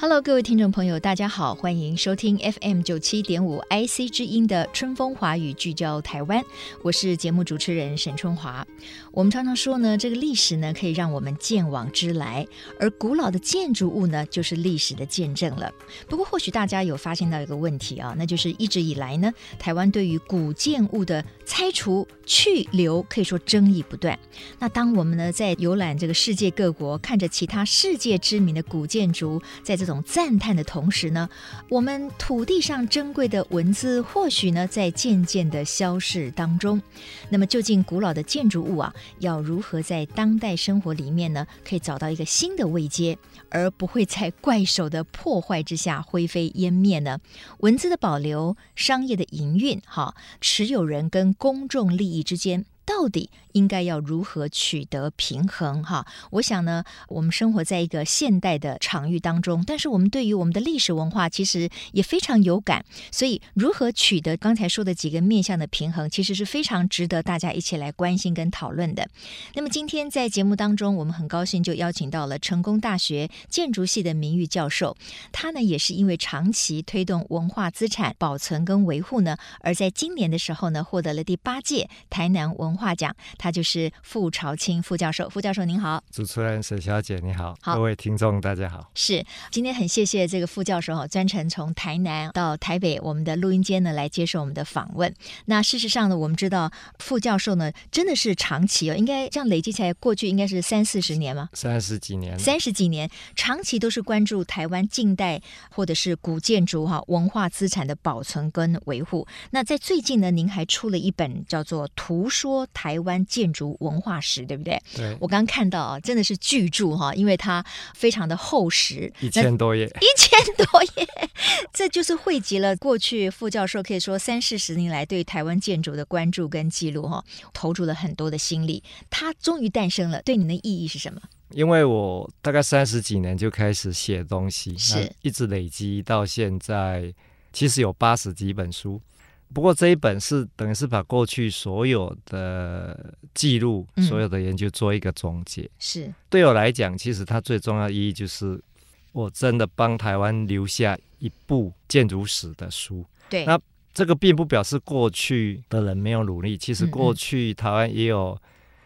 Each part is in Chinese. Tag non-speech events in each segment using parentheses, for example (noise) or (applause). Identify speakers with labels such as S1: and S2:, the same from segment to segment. S1: Hello，各位听众朋友，大家好，欢迎收听 FM 九七点五 IC 之音的春风华语聚焦台湾，我是节目主持人沈春华。我们常常说呢，这个历史呢可以让我们见往知来，而古老的建筑物呢就是历史的见证了。不过，或许大家有发现到一个问题啊，那就是一直以来呢，台湾对于古建物的拆除去留可以说争议不断。那当我们呢在游览这个世界各国，看着其他世界知名的古建筑，在这种赞叹的同时呢，我们土地上珍贵的文字或许呢在渐渐的消逝当中。那么，究竟古老的建筑物啊，要如何在当代生活里面呢，可以找到一个新的慰藉，而不会在怪手的破坏之下灰飞烟灭呢？文字的保留、商业的营运，哈，持有人跟公众利益之间。到底应该要如何取得平衡？哈，我想呢，我们生活在一个现代的场域当中，但是我们对于我们的历史文化其实也非常有感，所以如何取得刚才说的几个面向的平衡，其实是非常值得大家一起来关心跟讨论的。那么今天在节目当中，我们很高兴就邀请到了成功大学建筑系的名誉教授，他呢也是因为长期推动文化资产保存跟维护呢，而在今年的时候呢，获得了第八届台南文。文化奖，他就是傅朝清傅教授。傅教授您好，
S2: 主持人沈小姐你好，
S1: 好
S2: 各位听众大家好。
S1: 是今天很谢谢这个傅教授哦，专程从台南到台北我们的录音间呢来接受我们的访问。那事实上呢，我们知道傅教授呢真的是长期哦，应该这样累积起来，过去应该是三四十年嘛，
S2: 三十几年了，
S1: 三十几年，长期都是关注台湾近代或者是古建筑哈、文化资产的保存跟维护。那在最近呢，您还出了一本叫做《图说台湾建筑文化史》，对不对？
S2: 对，
S1: 我刚看到啊，真的是巨著哈、因为它非常的厚 (laughs) 实，
S2: 一千多页，
S1: (laughs) 一千多页，这就是汇集了过去傅教授可以说三四十年来对台湾建筑的关注跟记录哈、投入了很多的心力，它终于诞生了。对您的意义是什么？
S2: 因为我大概三十几年就开始写东西，
S1: 是
S2: 那一直累积到现在，其实有八十几本书。不过这一本是等于是把过去所有的记录、
S1: 嗯
S2: 所有的研究做一个总结。
S1: 是
S2: 对我来讲，其实它最重要的意义就是，我真的帮台湾留下一部建筑史的书。
S1: 对，
S2: 那这个并不表示过去的人没有努力，其
S1: 嗯
S2: 实
S1: 嗯
S2: 过去台湾也有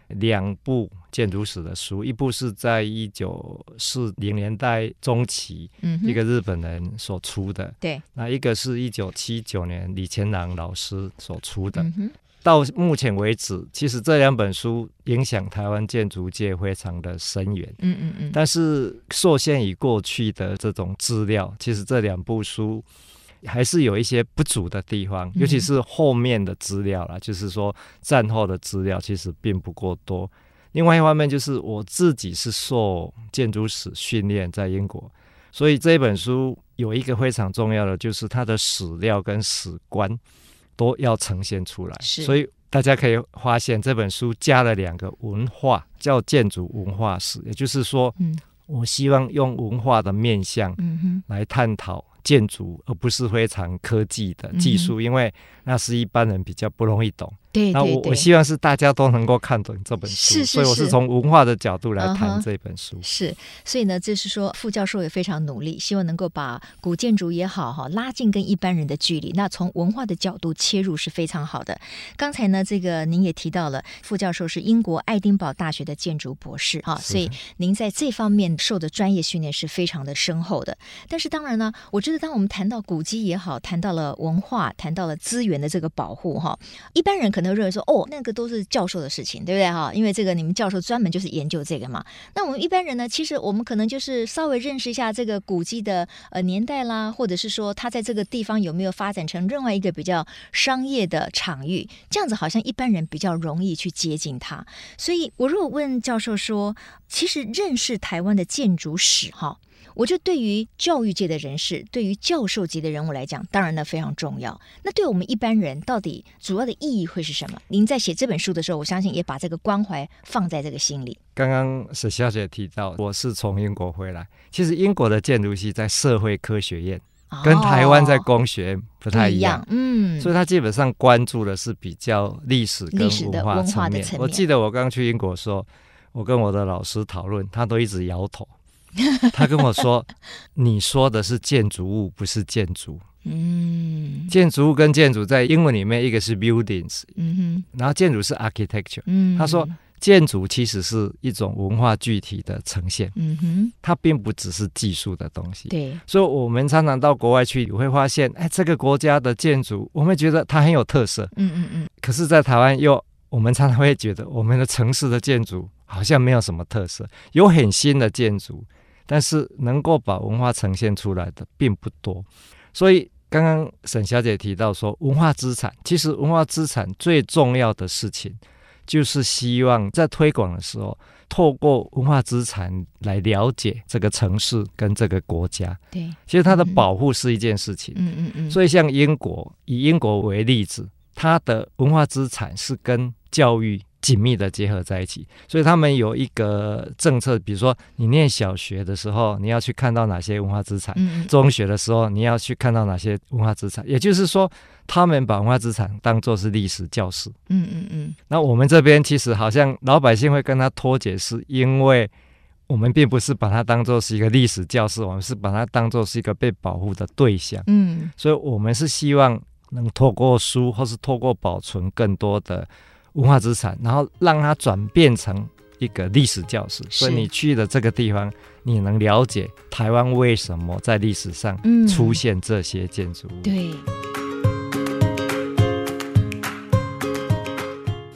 S2: 两部建筑史的书，一部是在一九四零年代中期
S1: 嗯哼，
S2: 一个日本人所出的，
S1: 对，
S2: 那一个是一九七九年李乾朗老师所出的。
S1: 嗯哼，
S2: 到目前为止，其实这两本书影响台湾建筑界非常的深远。
S1: 嗯嗯嗯，
S2: 但是受限于过去的这种资料，其实这两部书还是有一些不足的地
S1: 嗯
S2: 方，尤其是后面的资料啦，就是说战后的资料其实并不过多。另外一方面就是我自己是受建筑史训练在英国，所以这本书有一个非常重要的就是它的史料跟史观都要呈现出来，
S1: 是
S2: 所以大家可以发现这本书加了两个文化，叫建筑文化史，也就是说，
S1: 嗯
S2: 我希望用文化的面向
S1: 嗯哼，
S2: 来探讨建筑，而不是非常科技的技术，因为那是一般人比较不容易懂。
S1: 嗯对
S2: 那
S1: 对
S2: 我
S1: 对，
S2: 我希望是大家都能够看懂这本书，
S1: 是是
S2: 所以我
S1: 是
S2: 是从文化的角度来
S1: 嗯
S2: 谈
S1: 哼
S2: 这本书。
S1: 是，所以呢，就是说傅教授也非常努力，希望能够把古建筑也好哈拉近跟一般人的距离。那从文化的角度切入是非常好的。刚才呢，这个您也提到了，傅教授是英国爱丁堡大学的建筑博士哈，
S2: 是
S1: 所以您在这方面受的专业训练是非常的深厚的。但是当然呢，我觉得当我们谈到古迹也好，谈到了文化，谈到了资源的这个保护哈，一般人可能认为说哦，那个都是教授的事情，对不对哈？因为这个你们教授专门就是研究这个嘛。那我们一般人呢，其实我们可能就是稍微认识一下这个古迹的呃年代啦，或者是说它在这个地方有没有发展成另外一个比较商业的场域，这样子好像一般人比较容易去接近它。所以我如果问教授说，其实认识台湾的建筑史哈。我觉得对于教育界的人士，对于教授级的人物来讲，当然呢非常重要。那对我们一般人，到底主要的意义会是什么？您在写这本书的时候，我相信也把这个关怀放在这个心里。
S2: 刚刚史小姐提到，我是从英国回来，其实英国的建筑系在社会科学院，跟台湾在
S1: 哦
S2: 工学院不
S1: 不
S2: 太
S1: 一
S2: 一样。
S1: 嗯，
S2: 所以它基本上关注的是比较历史跟
S1: 历史的
S2: 文化
S1: 文
S2: 层
S1: 化的
S2: 面。
S1: 层
S2: 我
S1: 面
S2: 记得我刚去英国的时候，我跟我的老师讨论，他都一直摇头。他跟我说：“你说的是建筑物，不是建筑。
S1: 嗯
S2: 建筑物跟建筑在英文里面，一个是 buildings，
S1: 嗯哼
S2: 然后建筑是 architecture。
S1: 嗯，
S2: 他说，建筑其实是一种文化具体的呈现，
S1: 嗯哼，
S2: 它并不只是技术的东西。
S1: 对，
S2: 所以我们常常到国外去，你会发现，哎，这个国家的建筑，我们觉得它很有特色。
S1: 嗯嗯嗯，
S2: 可是，在台湾又我们常常会觉得，我们的城市的建筑好像没有什么特色，有很新的建筑，但是能够把文化呈现出来的并不多。所以，刚刚沈小姐提到说，文化资产，其实文化资产最重要的事情，就是希望在推广的时候，透过文化资产来了解这个城市跟这个国家。
S1: 对，
S2: 其实它的
S1: 嗯
S2: 保护是一件事情，
S1: 嗯嗯嗯，
S2: 所以像英国，以英国为例子，它的文化资产是跟教育紧密的结合在一起，所以他们有一个政策，比如说你念小学的时候，你要去看到哪些文化资产。
S1: 嗯嗯
S2: 中学的时候，你要去看到哪些文化资产？也就是说，他们把文化资产当做是历史教室。
S1: 嗯嗯嗯，
S2: 那我们这边其实好像老百姓会跟他脱节，是因为我们并不是把它当做是一个历史教室，我们是把它当做是一个被保护的对象。
S1: 嗯
S2: 所以我们是希望能透过书，或是透过保存更多的文化资产，然后让它转变成一个历史教室。
S1: 是
S2: 所以你去的这个地方，你能了解台湾为什么在历史上
S1: 嗯，
S2: 出现这些建筑物。
S1: 对。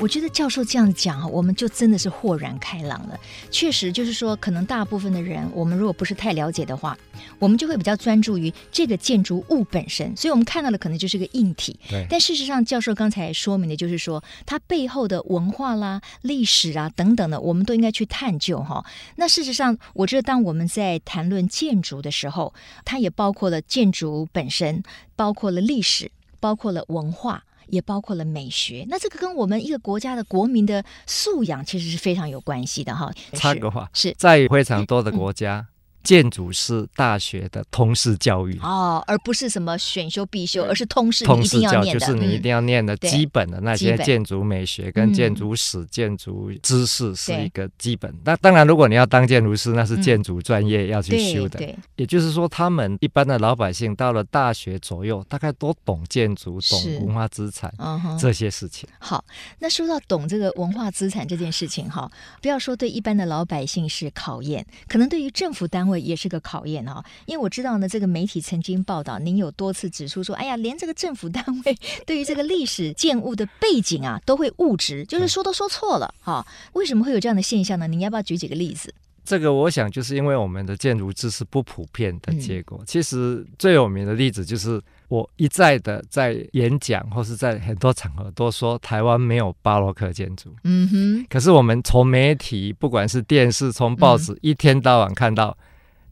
S1: 我觉得教授这样讲啊，我们就真的是豁然开朗了。确实，就是说，可能大部分的人，我们如果不是太了解的话，我们就会比较专注于这个建筑物本身，所以我们看到的可能就是个硬体。
S2: 对
S1: 但事实上，教授刚才说明的就是说，它背后的文化啦、历史啊等等的，我们都应该去探究哈。那事实上，我觉得当我们在谈论建筑的时候，它也包括了建筑本身，包括了历史，包括了文化。也包括了美学，那这个跟我们一个国家的国民的素养其实是非常有关系的哈。
S2: 插个话，
S1: 是是嗯
S2: 在非常多的国家，建筑是大学的通识教育。
S1: 哦，而不是什么选修必修，而是通识你
S2: 通
S1: 一
S2: 识
S1: 定要
S2: 教
S1: 念
S2: 就
S1: 的，嗯
S2: 是你一定要念的
S1: 对
S2: 基本的那
S1: 基
S2: 些
S1: 本
S2: 建筑美学跟
S1: 嗯
S2: 建筑史、建筑知识是
S1: 对
S2: 一个基本。那当然，如果你要当建筑师，那是
S1: 嗯
S2: 建筑专业要
S1: 嗯
S2: 去
S1: 对
S2: 修的。
S1: 对
S2: 也就是说，他们一般的老百姓到了大学左右，大概都懂建筑、
S1: 是
S2: 懂文化资产
S1: 嗯哼。
S2: 这些事情。
S1: 好，那说到懂这个文化资产这件事情哈，不要说对一般的老百姓是考验，可能对于政府单位也是个考验哈。因为我知道呢，这个媒体曾经报道，您有多次指出说，哎呀，连这个政府单位 (laughs) 对于这个历史建物的背景啊，都会误植，就是说都说错了哈。为什么会有这样的现象呢？您要不要举几个例子？
S2: 这个我想就是因为我们的建筑知识不普遍的结
S1: 嗯
S2: 果。其实最有名的例子就是我一再的在演讲或是在很多场合都说台湾没有巴洛克建筑，
S1: 嗯哼，
S2: 可是我们从媒体，不管是电视、从报纸，一天到晚看到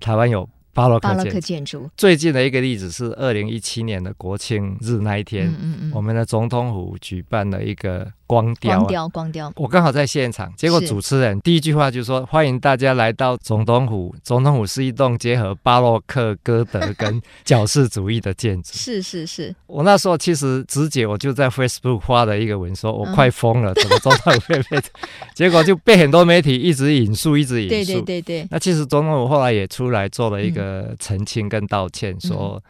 S2: 台湾有巴洛
S1: 嗯
S2: 克
S1: 巴洛
S2: 建
S1: 克
S2: 筑。
S1: 建筑，
S2: 最近的一个例子是二零一七年的国庆日那一天，
S1: 嗯嗯
S2: 我
S1: 嗯，
S2: 们的总统府举办了一个光雕、
S1: 光
S2: 啊。
S1: 雕光雕，
S2: 我刚好在现场，结果
S1: 是
S2: 主持人第一句话就说：“欢迎大家来到总统府。总统府是一栋结合巴洛克、哥德跟 (laughs) 矫饰主义的建筑。”
S1: 是是是，
S2: 我那时候其实直姐我就在 Facebook 发了一个文
S1: 嗯
S2: 说，我快疯了，怎么总统会被？结果就被很多媒体一直引述，一直
S1: 对
S2: 引述。
S1: 对嗯对对，
S2: 那其实总统后来也出来做了一个澄清跟道歉，说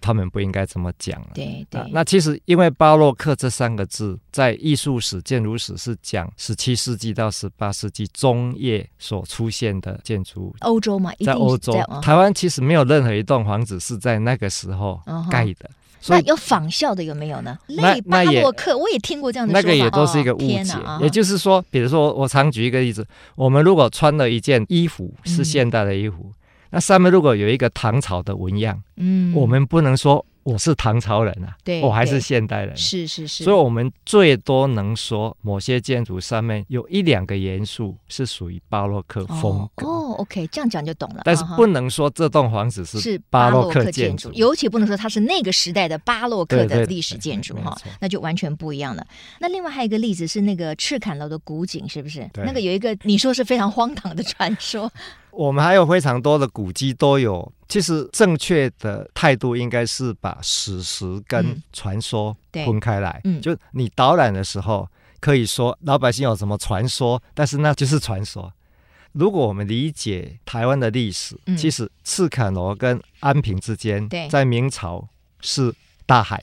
S2: 他们不应该这么讲了。
S1: 嗯对
S2: 啊
S1: 对，
S2: 那其实因为巴洛克这三个字在艺术史、建筑史是讲十七世纪到十八世纪中叶所出现的建筑物。
S1: 欧洲嘛，一定
S2: 在
S1: 是
S2: 欧洲
S1: 这样啊，
S2: 台湾其实没有任何一栋房子是在那个时候
S1: 嗯哼
S2: 盖的，所
S1: 那
S2: 以
S1: 有仿效的有没有呢？
S2: 那
S1: 类巴
S2: 那也
S1: 洛克，我也听过这样的
S2: 那
S1: 说法。
S2: 个也都是一个
S1: 哦
S2: 误
S1: 天
S2: 解
S1: 哪啊。
S2: 也就是说，比如说我常举一个例子，我们如果穿了一件衣服
S1: 嗯
S2: 是现代的衣服，那上面如果有一个唐朝的纹样，
S1: 嗯，
S2: 我们不能说我是唐朝人啊，
S1: 对
S2: 我还是
S1: 对
S2: 现代人啊、
S1: 是是是，
S2: 所以我们最多能说某些建筑上面有一两个元素是属于巴洛克风格，
S1: 哦哦，OK，这样讲就懂了。
S2: 但是
S1: 啊哈
S2: 不能说这栋房子
S1: 是
S2: 是
S1: 巴
S2: 洛
S1: 洛克
S2: 建
S1: 建
S2: 筑
S1: 筑，。尤其不能说它是那个时代的巴洛克
S2: 对对
S1: 的
S2: 对
S1: 历史建筑
S2: 没
S1: 哈
S2: 错，
S1: 那就完全不一样了。那另外还有一个例子是那个赤坎楼的古井，是不是？
S2: 对
S1: 那个有一个你说是非常荒唐的传说， (laughs)
S2: 我们还有非常多的古迹都有。其实正确的态度应该是把史实跟
S1: 嗯
S2: 传说
S1: 对
S2: 分开来。
S1: 嗯
S2: 就你导览的时候可以说老百姓有什么传说，但是那就是传说。如果我们理解台湾的历史，
S1: 嗯
S2: 其实赤坎楼跟安平之间
S1: 对，
S2: 在明朝是大海。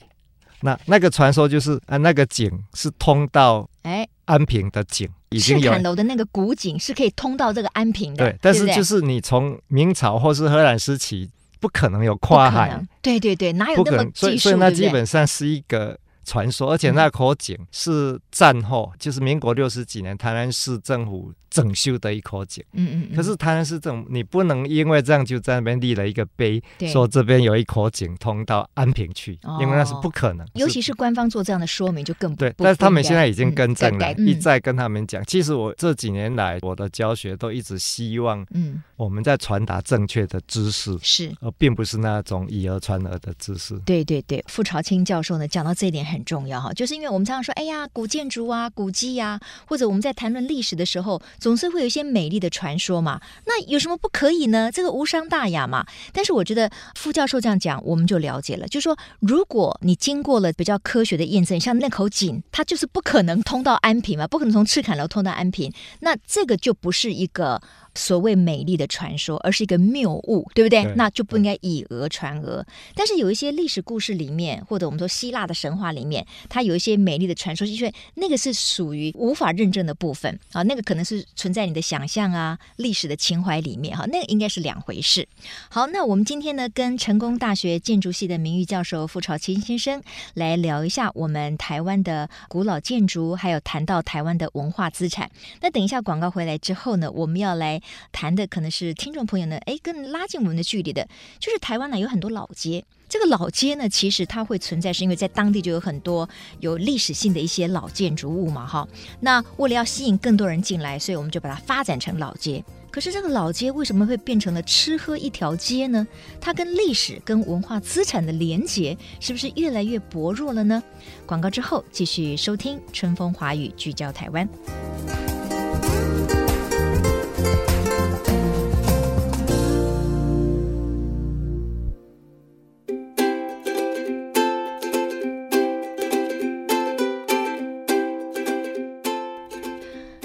S2: 那那个传说就是啊，那个井是通到
S1: 哎，
S2: 安平的井，已经
S1: 赤
S2: 有
S1: 坎楼的那个古井是可以通到这个安平的，
S2: 对，但是
S1: 不对
S2: 就是你从明朝或是荷兰时期，不可能有跨
S1: 不可
S2: 海
S1: 能，对对对，哪有
S2: 不
S1: 那
S2: 可
S1: 么
S2: 能，所以
S1: 技
S2: 所
S1: 术？
S2: 以那
S1: 对不嗯
S2: 基
S1: 对
S2: 本上是一个传说，而且那口井是战后，就是民国六十几年台南市政府整修的一口井。
S1: 嗯嗯嗯，
S2: 可是台南市政府，你不能因为这样就在那边立了一个碑，
S1: 对
S2: 说这边有一口井通到安平去，因为那是
S1: 哦
S2: 不可能，
S1: 尤
S2: 是
S1: 其是官方做这样的说明，就更不
S2: 对，
S1: 不
S2: 但是他们
S1: 不应该
S2: 现在已经
S1: 嗯
S2: 更正
S1: 改改
S2: 了，
S1: 嗯
S2: 一再跟他们讲。其实我这几年来，我的教学都一直希望
S1: 嗯
S2: 我们在传达正确的知识，
S1: 是
S2: 而并不是那种以讹传讹的知识。
S1: 对对对，傅朝清教授呢讲到这一点很重要哈，就是因为我们常常说，哎呀，古建筑啊、古迹呀、或者我们在谈论历史的时候，总是会有一些美丽的传说嘛。那有什么不可以呢？这个无伤大雅嘛。但是我觉得傅教授这样讲，我们就了解了，就说如果你经过了比较科学的验证，像那口井，它就是不可能通到安平嘛，不可能从赤坎楼通到安平，那这个就不是一个所谓美丽的传说，而是一个谬误，对不对？
S2: 对
S1: 那就不应该以讹传讹。但是有一些历史故事里面，或者我们说希腊的神话里面，它有一些美丽的传说，因为那个是属于无法认证的部分啊，那个可能是存在你的想象啊、历史的情怀里面哈、那个应该是两回事。好，那我们今天呢，跟成功大学建筑系的名誉教授傅朝清先生来聊一下我们台湾的古老建筑，还有谈到台湾的文化资产。那等一下广告回来之后呢，我们要来谈的可能是听众朋友呢，哎，更拉近我们的距离的，就是台湾呢有很多老街。这个老街呢，其实它会存在，是因为在当地就有很多有历史性的一些老建筑物嘛，哈。那为了要吸引更多人进来，所以我们就把它发展成老街。可是这个老街为什么会变成了吃喝一条街呢？它跟历史、跟文化资产的连结是不是越来越薄弱了呢？广告之后继续收听《春风华语》，聚焦台湾。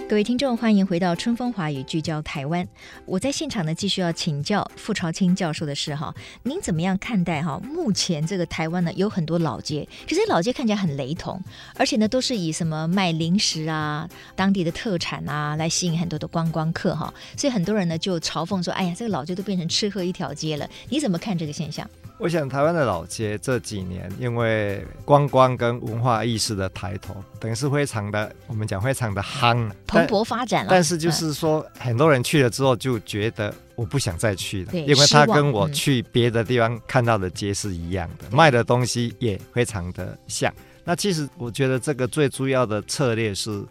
S1: 各位听众，欢迎回到《春风华语》，聚焦台湾。我在现场呢，继续要请教傅朝清教授的是哈，您怎么样看待哈？目前这个台湾呢，有很多老街，可是老街看起来很雷同，而且呢，都是以什么卖零食啊、当地的特产啊，来吸引很多的观光客哈。所以很多人呢就嘲讽说：“哎呀，这个老街都变成吃喝一条街了。”你怎么看这个现象？
S2: 我想台湾的老街这几年因为观光跟文化意识的抬头，等于是非常的，我们讲非常的夯，
S1: 蓬勃发展
S2: 但。
S1: 了，
S2: 但是就
S1: 嗯
S2: 是说，很多人去了之后就觉得我不想再去了，
S1: 对
S2: 因为它
S1: 失望
S2: 跟我
S1: 嗯
S2: 去别的地方看到的街是一样的，卖的东西也非常的像。那其实我觉得这个最主要的策略是，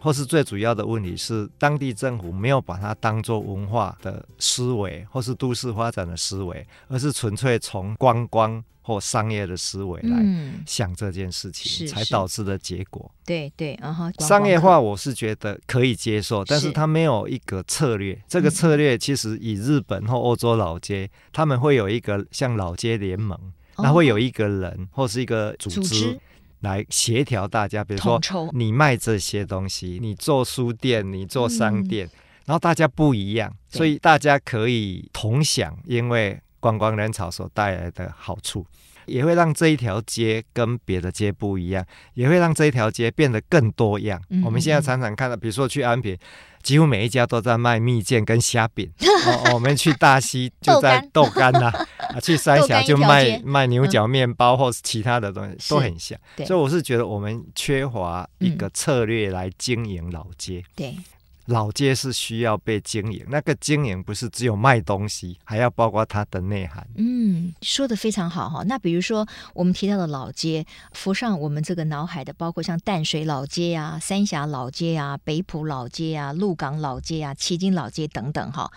S2: 或是最主要的问题是，当地政府没有把它当做文化的思维，或是都市发展的思维，而是纯粹从观光或商业的思维来
S1: 嗯，
S2: 想这件事情，
S1: 是
S2: 才
S1: 是
S2: 导致的结果。
S1: 对对，嗯然后
S2: 商业化我是觉得可以接受，但是
S1: 是嗯
S2: 它没有一个策略。这个策略其实以日本或欧洲老街，他们会有一个像老街联盟，那会有一个人或是一个组
S1: 哦组织
S2: 织来协调大家，比如说
S1: 统筹，
S2: 你卖这些东西，你做书店，你做商店，然后大家不一样，
S1: 嗯对
S2: 所以大家可以同享，因为观光人潮所带来的好处，也会让这一条街跟别的街不一样，也会让这一条街变得更多样。
S1: 嗯
S2: 我们现在常常看到，比如说去安平。几乎每一家都在卖蜜饯跟虾
S1: (laughs)
S2: 饼、哦。我们去大溪就在豆干啦、啊，去三峡就
S1: 豆干一条
S2: 卖
S1: 街
S2: 卖牛角面包或是其他的东西，都
S1: 嗯是
S2: 很像。
S1: 对嗯
S2: 所以我是觉得我们缺乏一个策略来经营老街。
S1: 对，
S2: 老街是需要被经营，那个经营不是只有卖东西，还要包括它的内涵。
S1: 嗯，说的非常好哈。那比如说我们提到的老街，浮上我们这个脑海的，包括像淡水老街啊、三峡老街啊、北浦老街啊、鹿港老街啊、旗津老街等等哈。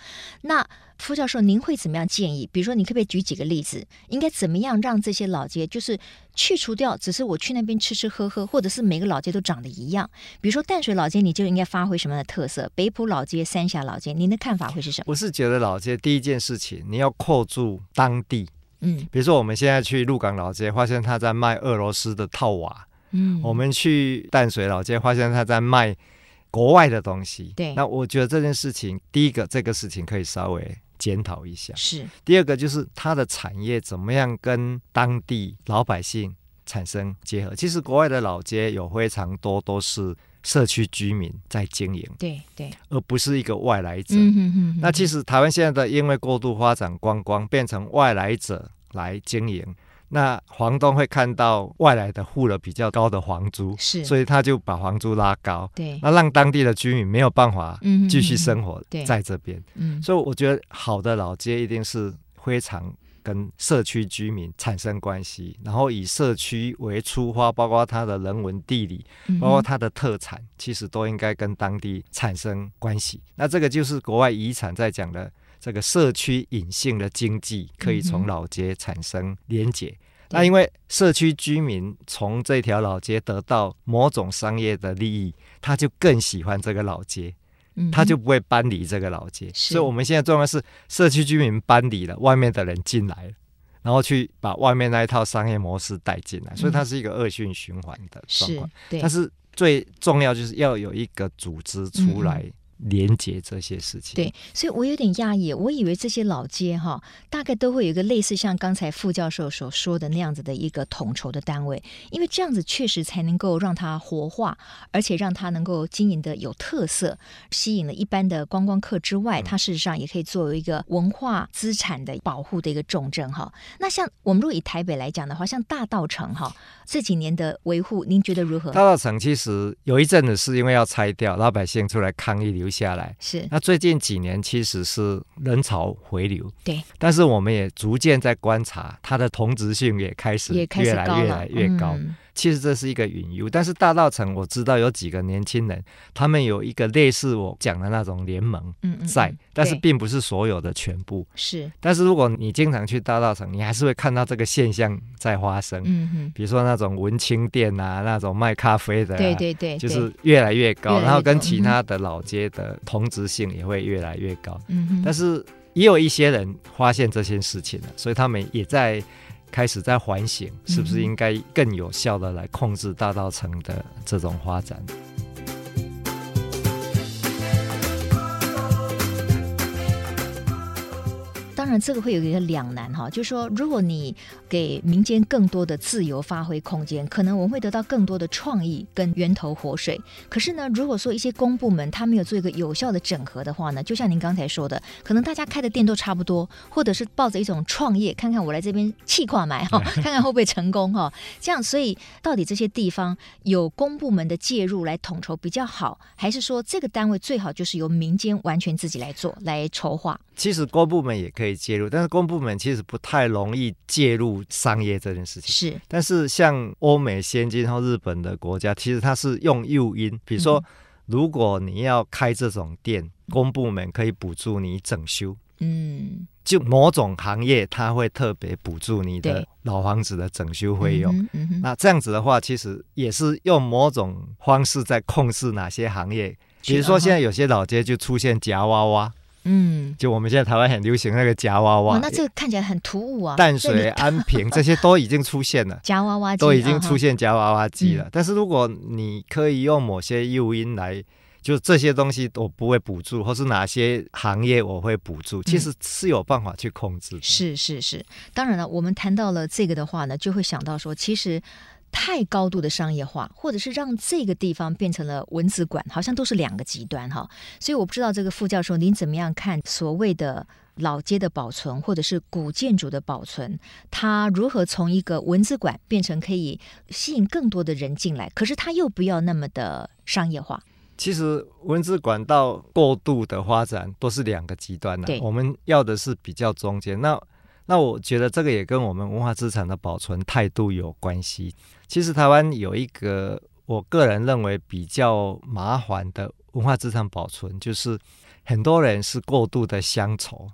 S1: 那傅教授，您会怎么样建议？比如说，你可不可以举几个例子？应该怎么样让这些老街就是去除掉？只是我去那边吃吃喝喝，或者是每个老街都长得一样？比如说淡水老街，你就应该发挥什么样的特色？北浦老街、三峡老街，您的看法会是什么？
S2: 我是觉得老街第一件事情，你要扣住当地。
S1: 嗯
S2: 比如说我们现在去鹿港老街，发现他在卖俄罗斯的套娃；
S1: 嗯，
S2: 我们去淡水老街，发现他在卖国外的东西。
S1: 对
S2: 那我觉得这件事情，第一个这个事情可以稍微检讨一下。
S1: 是
S2: 第二个就是它的产业怎么样跟当地老百姓产生结合。其实国外的老街有非常多都是社区居民在经营，
S1: 对对，
S2: 而不是一个外来者。
S1: 嗯哼哼哼，
S2: 那其实台湾现在的因为过度发展观光，变成外来者来经营。那房东会看到外来的付了比较高的房租，
S1: 是
S2: 所以他就把房租拉高，
S1: 对，
S2: 那让当地的居民没有办法
S1: 嗯
S2: 继续
S1: 活，
S2: 生活
S1: 对
S2: 在这边。
S1: 嗯
S2: 所以我觉得好的老街一定是非常跟社区居民产生关系，然后以社区为出发，包括它的人文地理，
S1: 嗯
S2: 包括它的特产，其实都应该跟当地产生关系。那这个就是国外遗产在讲的这个社区隐性的经济，可以
S1: 嗯哼
S2: 从老街产生连结。那因为社区居民从这条老街得到某种商业的利益，他就更喜欢这个老街，
S1: 嗯
S2: 他就不会搬离这个老街。
S1: 是
S2: 所以我们现在状况是，社区居民搬离了，外面的人进来了，然后去把外面那一套商业模式带进来，所以它是一个恶性循环的
S1: 嗯
S2: 状
S1: 是
S2: 况。
S1: 对，
S2: 但是最重要就是要有一个组织出来
S1: 嗯
S2: 连接这些事情。
S1: 对，所以我有点讶异，我以为这些老街哈，大概都会有一个类似像刚才副教授所说的那样子的一个统筹的单位，因为这样子确实才能够让它活化，而且让它能够经营的有特色，吸引了一般的观光客之
S2: 嗯
S1: 外，它事实上也可以作为一个文化资产的保护的一个重镇哈。那像我们如果以台北来讲的话，像大道城哈，这几年的维护，您觉得如何
S2: 大？稻城其实有一阵子是因为要拆掉，老百姓出来抗议留下来。
S1: 是
S2: 那最近几年其实是人潮回流，
S1: 对，
S2: 但是我们也逐渐在观察它的同质性也开始
S1: 也开始
S2: 越来
S1: 高了，
S2: 越来越高。
S1: 嗯
S2: 其实这是一个隐忧，但是大稻城我知道有几个年轻人，他们有一个类似我讲的那种联盟
S1: 嗯嗯，
S2: 在，
S1: 嗯
S2: 但是
S1: 对
S2: 并不是所有的全部。
S1: 是
S2: 但是如果你经常去大稻城，你还是会看到这个现象在发生。
S1: 嗯嗯。
S2: 比如说那种文青店啊，那种卖咖啡的、啊，
S1: 对对对，
S2: 就
S1: 对
S2: 是越来越
S1: 越
S2: 高，
S1: 来越
S2: 然后
S1: 高嗯
S2: 跟其他的老街的同质性也会越来越高。
S1: 嗯哼，
S2: 但是也有一些人发现这些事情了，所以他们也在开始在反省，是不
S1: 嗯
S2: 是应该更有效的来控制大稻城的这种发展。
S1: 当然这个会有一个两难哈，就是说，如果你给民间更多的自由发挥空间，可能我们会得到更多的创意跟源头活水。可是呢，如果说一些公部门它没有做一个有效的整合的话呢，就像您刚才说的，可能大家开的店都差不多，或者是抱着一种创业，看看我来这边气跨买哈， (laughs) 看看会不会成功哈。这样，所以到底这些地方有公部门的介入来统筹比较好，还是说这个单位最好就是由民间完全自己来做来筹划？
S2: 其实公部门也可以介入，但是公部门其实不太容易介入商业这件事情。
S1: 是。
S2: 但是像欧美先进或日本的国家，其实它是用诱因，比
S1: 嗯
S2: 如说，如果你要开这种店，公部门可以补助你整修，
S1: 嗯，
S2: 就某种行业它会特别补助你的
S1: 对
S2: 老房子的整修费用。
S1: 嗯哼嗯哼，
S2: 那这样子的话，其实也是用某种方式在控制哪些行业。比如说，现在有些老街就出现夹娃娃，
S1: 嗯，
S2: 就我们现在台湾很流行那个夹娃
S1: 哇，
S2: 娃，
S1: 哦那这个看起来很突兀啊，
S2: 淡
S1: 这
S2: 水、
S1: 里
S2: 安平这些都已经出现了。
S1: 夹娃娃机
S2: 都已经
S1: 啊哈
S2: 出现夹娃娃机了。
S1: 嗯
S2: 但是如果你可以用某些诱因来，就这些东西我不会补助，或是哪些行业我会补助，其实是有办法去控制的。
S1: 是是是，当然了，我们谈到了这个的话呢，就会想到说，其实。太高度的商业化，或者是让这个地方变成了文字馆，好像都是两个极端哈。所以我不知道这个副教授您怎么样看所谓的老街的保存，或者是古建筑的保存，它如何从一个文字馆变成可以吸引更多的人进来，可是它又不要那么的商业化。
S2: 其实文字管道过度的发展都是两个极端的、
S1: 对
S2: 我们要的是比较中间。那那我觉得这个也跟我们文化资产的保存态度有关系。其实台湾有一个我个人认为比较麻烦的文化资产保存，就是很多人是过度的乡愁。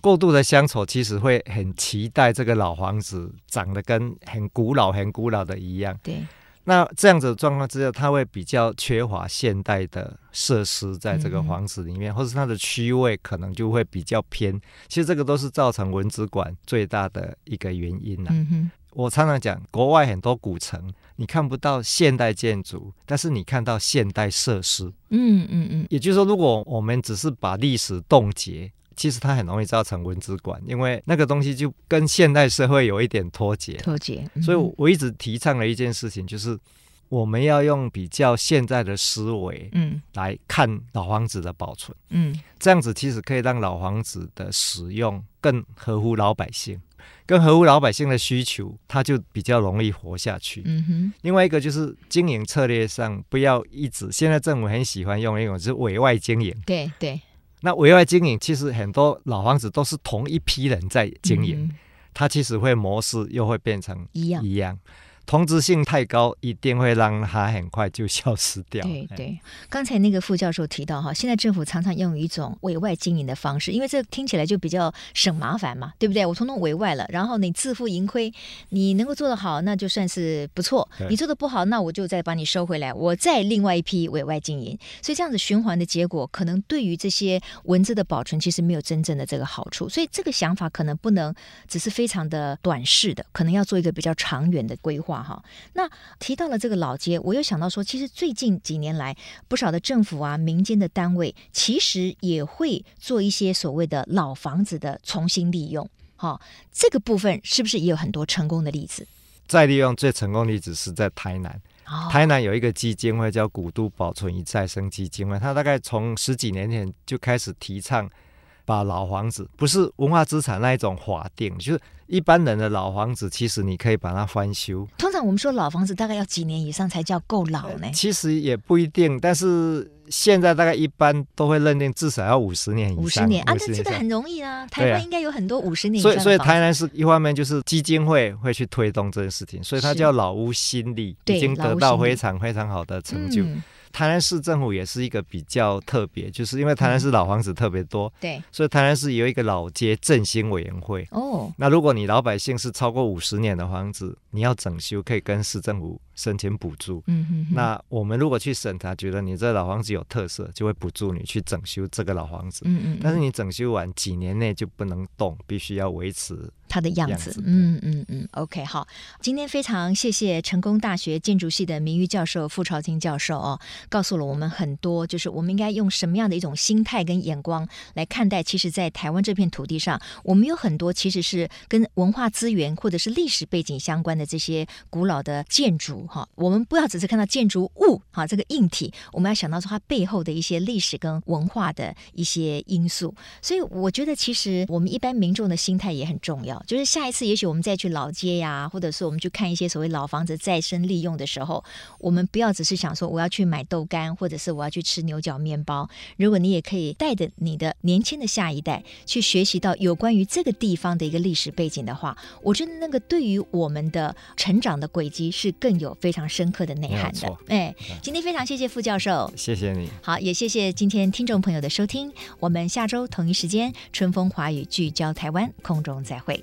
S2: 过度的乡愁其实会很期待这个老房子长得跟很古老、很古老的一样，
S1: 对，
S2: 那这样子的状况之下，它会比较缺乏现代的设施在这个房子里面，或是它的区位可能就会比较偏。其实这个都是造成文资馆最大的一个原因啦。
S1: 嗯哼，
S2: 我常常讲，国外很多古城你看不到现代建筑，但是你看到现代设施。
S1: 嗯嗯嗯，
S2: 也就是说，如果我们只是把历史冻结，其实它很容易造成文资馆，因为那个东西就跟现代社会有一点脱节。
S1: 脱节，
S2: 所以
S1: 嗯
S2: 我我一直提倡的一件事情就是，我们要用比较现在的思维
S1: 嗯
S2: 来看老房子的保存，
S1: 嗯
S2: 这样子其实可以让老房子的使用更合乎老百姓，更合乎老百姓的需求，它就比较容易活下去。
S1: 嗯哼，
S2: 另外一个就是经营策略上，不要一直现在政府很喜欢用一种就是委外经营。
S1: 对对，
S2: 那委外经营其实很多老房子都是同一批人在经营，
S1: 嗯哼
S2: 它其实会模式又会变成
S1: 一样。
S2: 一样。同质性太高，一定会让它很快就消失掉。
S1: 对
S2: 哎，
S1: 对，刚才那个副教授提到哈，现在政府常常用一种委外经营的方式，因为这听起来就比较省麻烦嘛，对不对？我通通委外了，然后你自负盈亏，你能够做得好，那就算是不错；
S2: 对
S1: 你做得不好，那我就再把你收回来，我再另外一批委外经营。所以这样子循环的结果，可能对于这些文字的保存其实没有真正的这个好处。所以这个想法可能不能只是非常的短视的，可能要做一个比较长远的规划哈。那提到了这个老街，我又想到说，其实最近几年来，不少的政府啊、民间的单位，其实也会做一些所谓的老房子的重新利用。哈、这个部分是不是也有很多成功的例子？
S2: 再利用最成功例子是在台南，
S1: 哦，
S2: 台南有一个基金会叫古都保存与再生基金会，它大概从十几年前就开始提倡。把老房子不是文化资产那一种法定，就是一般人的老房子，其实你可以把它翻修，
S1: 通常我们说老房子大概要几年以上才叫够老呢？
S2: 其实也不一定。但是现在大概一般都会认定至少要五十年以上，
S1: 五十年啊，
S2: 50
S1: 那这
S2: 以
S1: 个
S2: 上
S1: 很容易啊，
S2: 对啊
S1: 台湾应该有很多五十年以
S2: 所
S1: 上
S2: 以，
S1: 的
S2: 所以
S1: 房子嗯
S2: 台南市一方面就是基金会会去推动这件事情，所以它
S1: 是
S2: 叫老屋新力，
S1: 对
S2: 已经
S1: 老
S2: 得
S1: 屋
S2: 到
S1: 新力
S2: 非常非常好的成就。
S1: 嗯、
S2: 台南市政府也是一个比较特别，就是因为台南市老房子特别多，
S1: 对
S2: 所以台南市有一个老街振兴委员会。
S1: 哦，
S2: 那如果你老百姓是超过五十年的房子，你要整修，可以跟市政府申请补助。
S1: 嗯哼哼
S2: 那我们如果去审查，觉得你这老房子有特色，就会补助你去整修这个老房子。
S1: 嗯嗯，
S2: 但是你整修完几年内就不能动，必须要维持
S1: 它的样
S2: 样
S1: 子
S2: 子。
S1: 嗯嗯嗯，OK，好，今天非常谢谢成功大学建筑系的名誉教授傅朝清教授哦，告诉了我们很多，就是我们应该用什么样的一种心态跟眼光来看待，其实，在台湾这片土地上，我们有很多其实是跟文化资源或者是历史背景相关的这些古老的建筑哈，我们不要只是看到建筑物哈这个硬体，我们要想到说它背后的一些历史跟文化的一些因素。所以我觉得，其实我们一般民众的心态也很重要。就是下一次，也许我们再去老街呀、或者是我们去看一些所谓老房子再生利用的时候，我们不要只是想说我要去买豆干，或者是我要去吃牛角面包。如果你也可以带着你的年轻的下一代去学习到有关于这个地方的一个历史背景的话，我觉得那个对于我们的成长的轨迹是更有非常深刻的内
S2: 没有
S1: 涵的
S2: 错。
S1: 哎，今天非常谢谢傅教授。
S2: 谢谢你。
S1: 好，也谢谢今天听众朋友的收听，我们下周同一时间《春风华语》聚焦台湾，空中再会，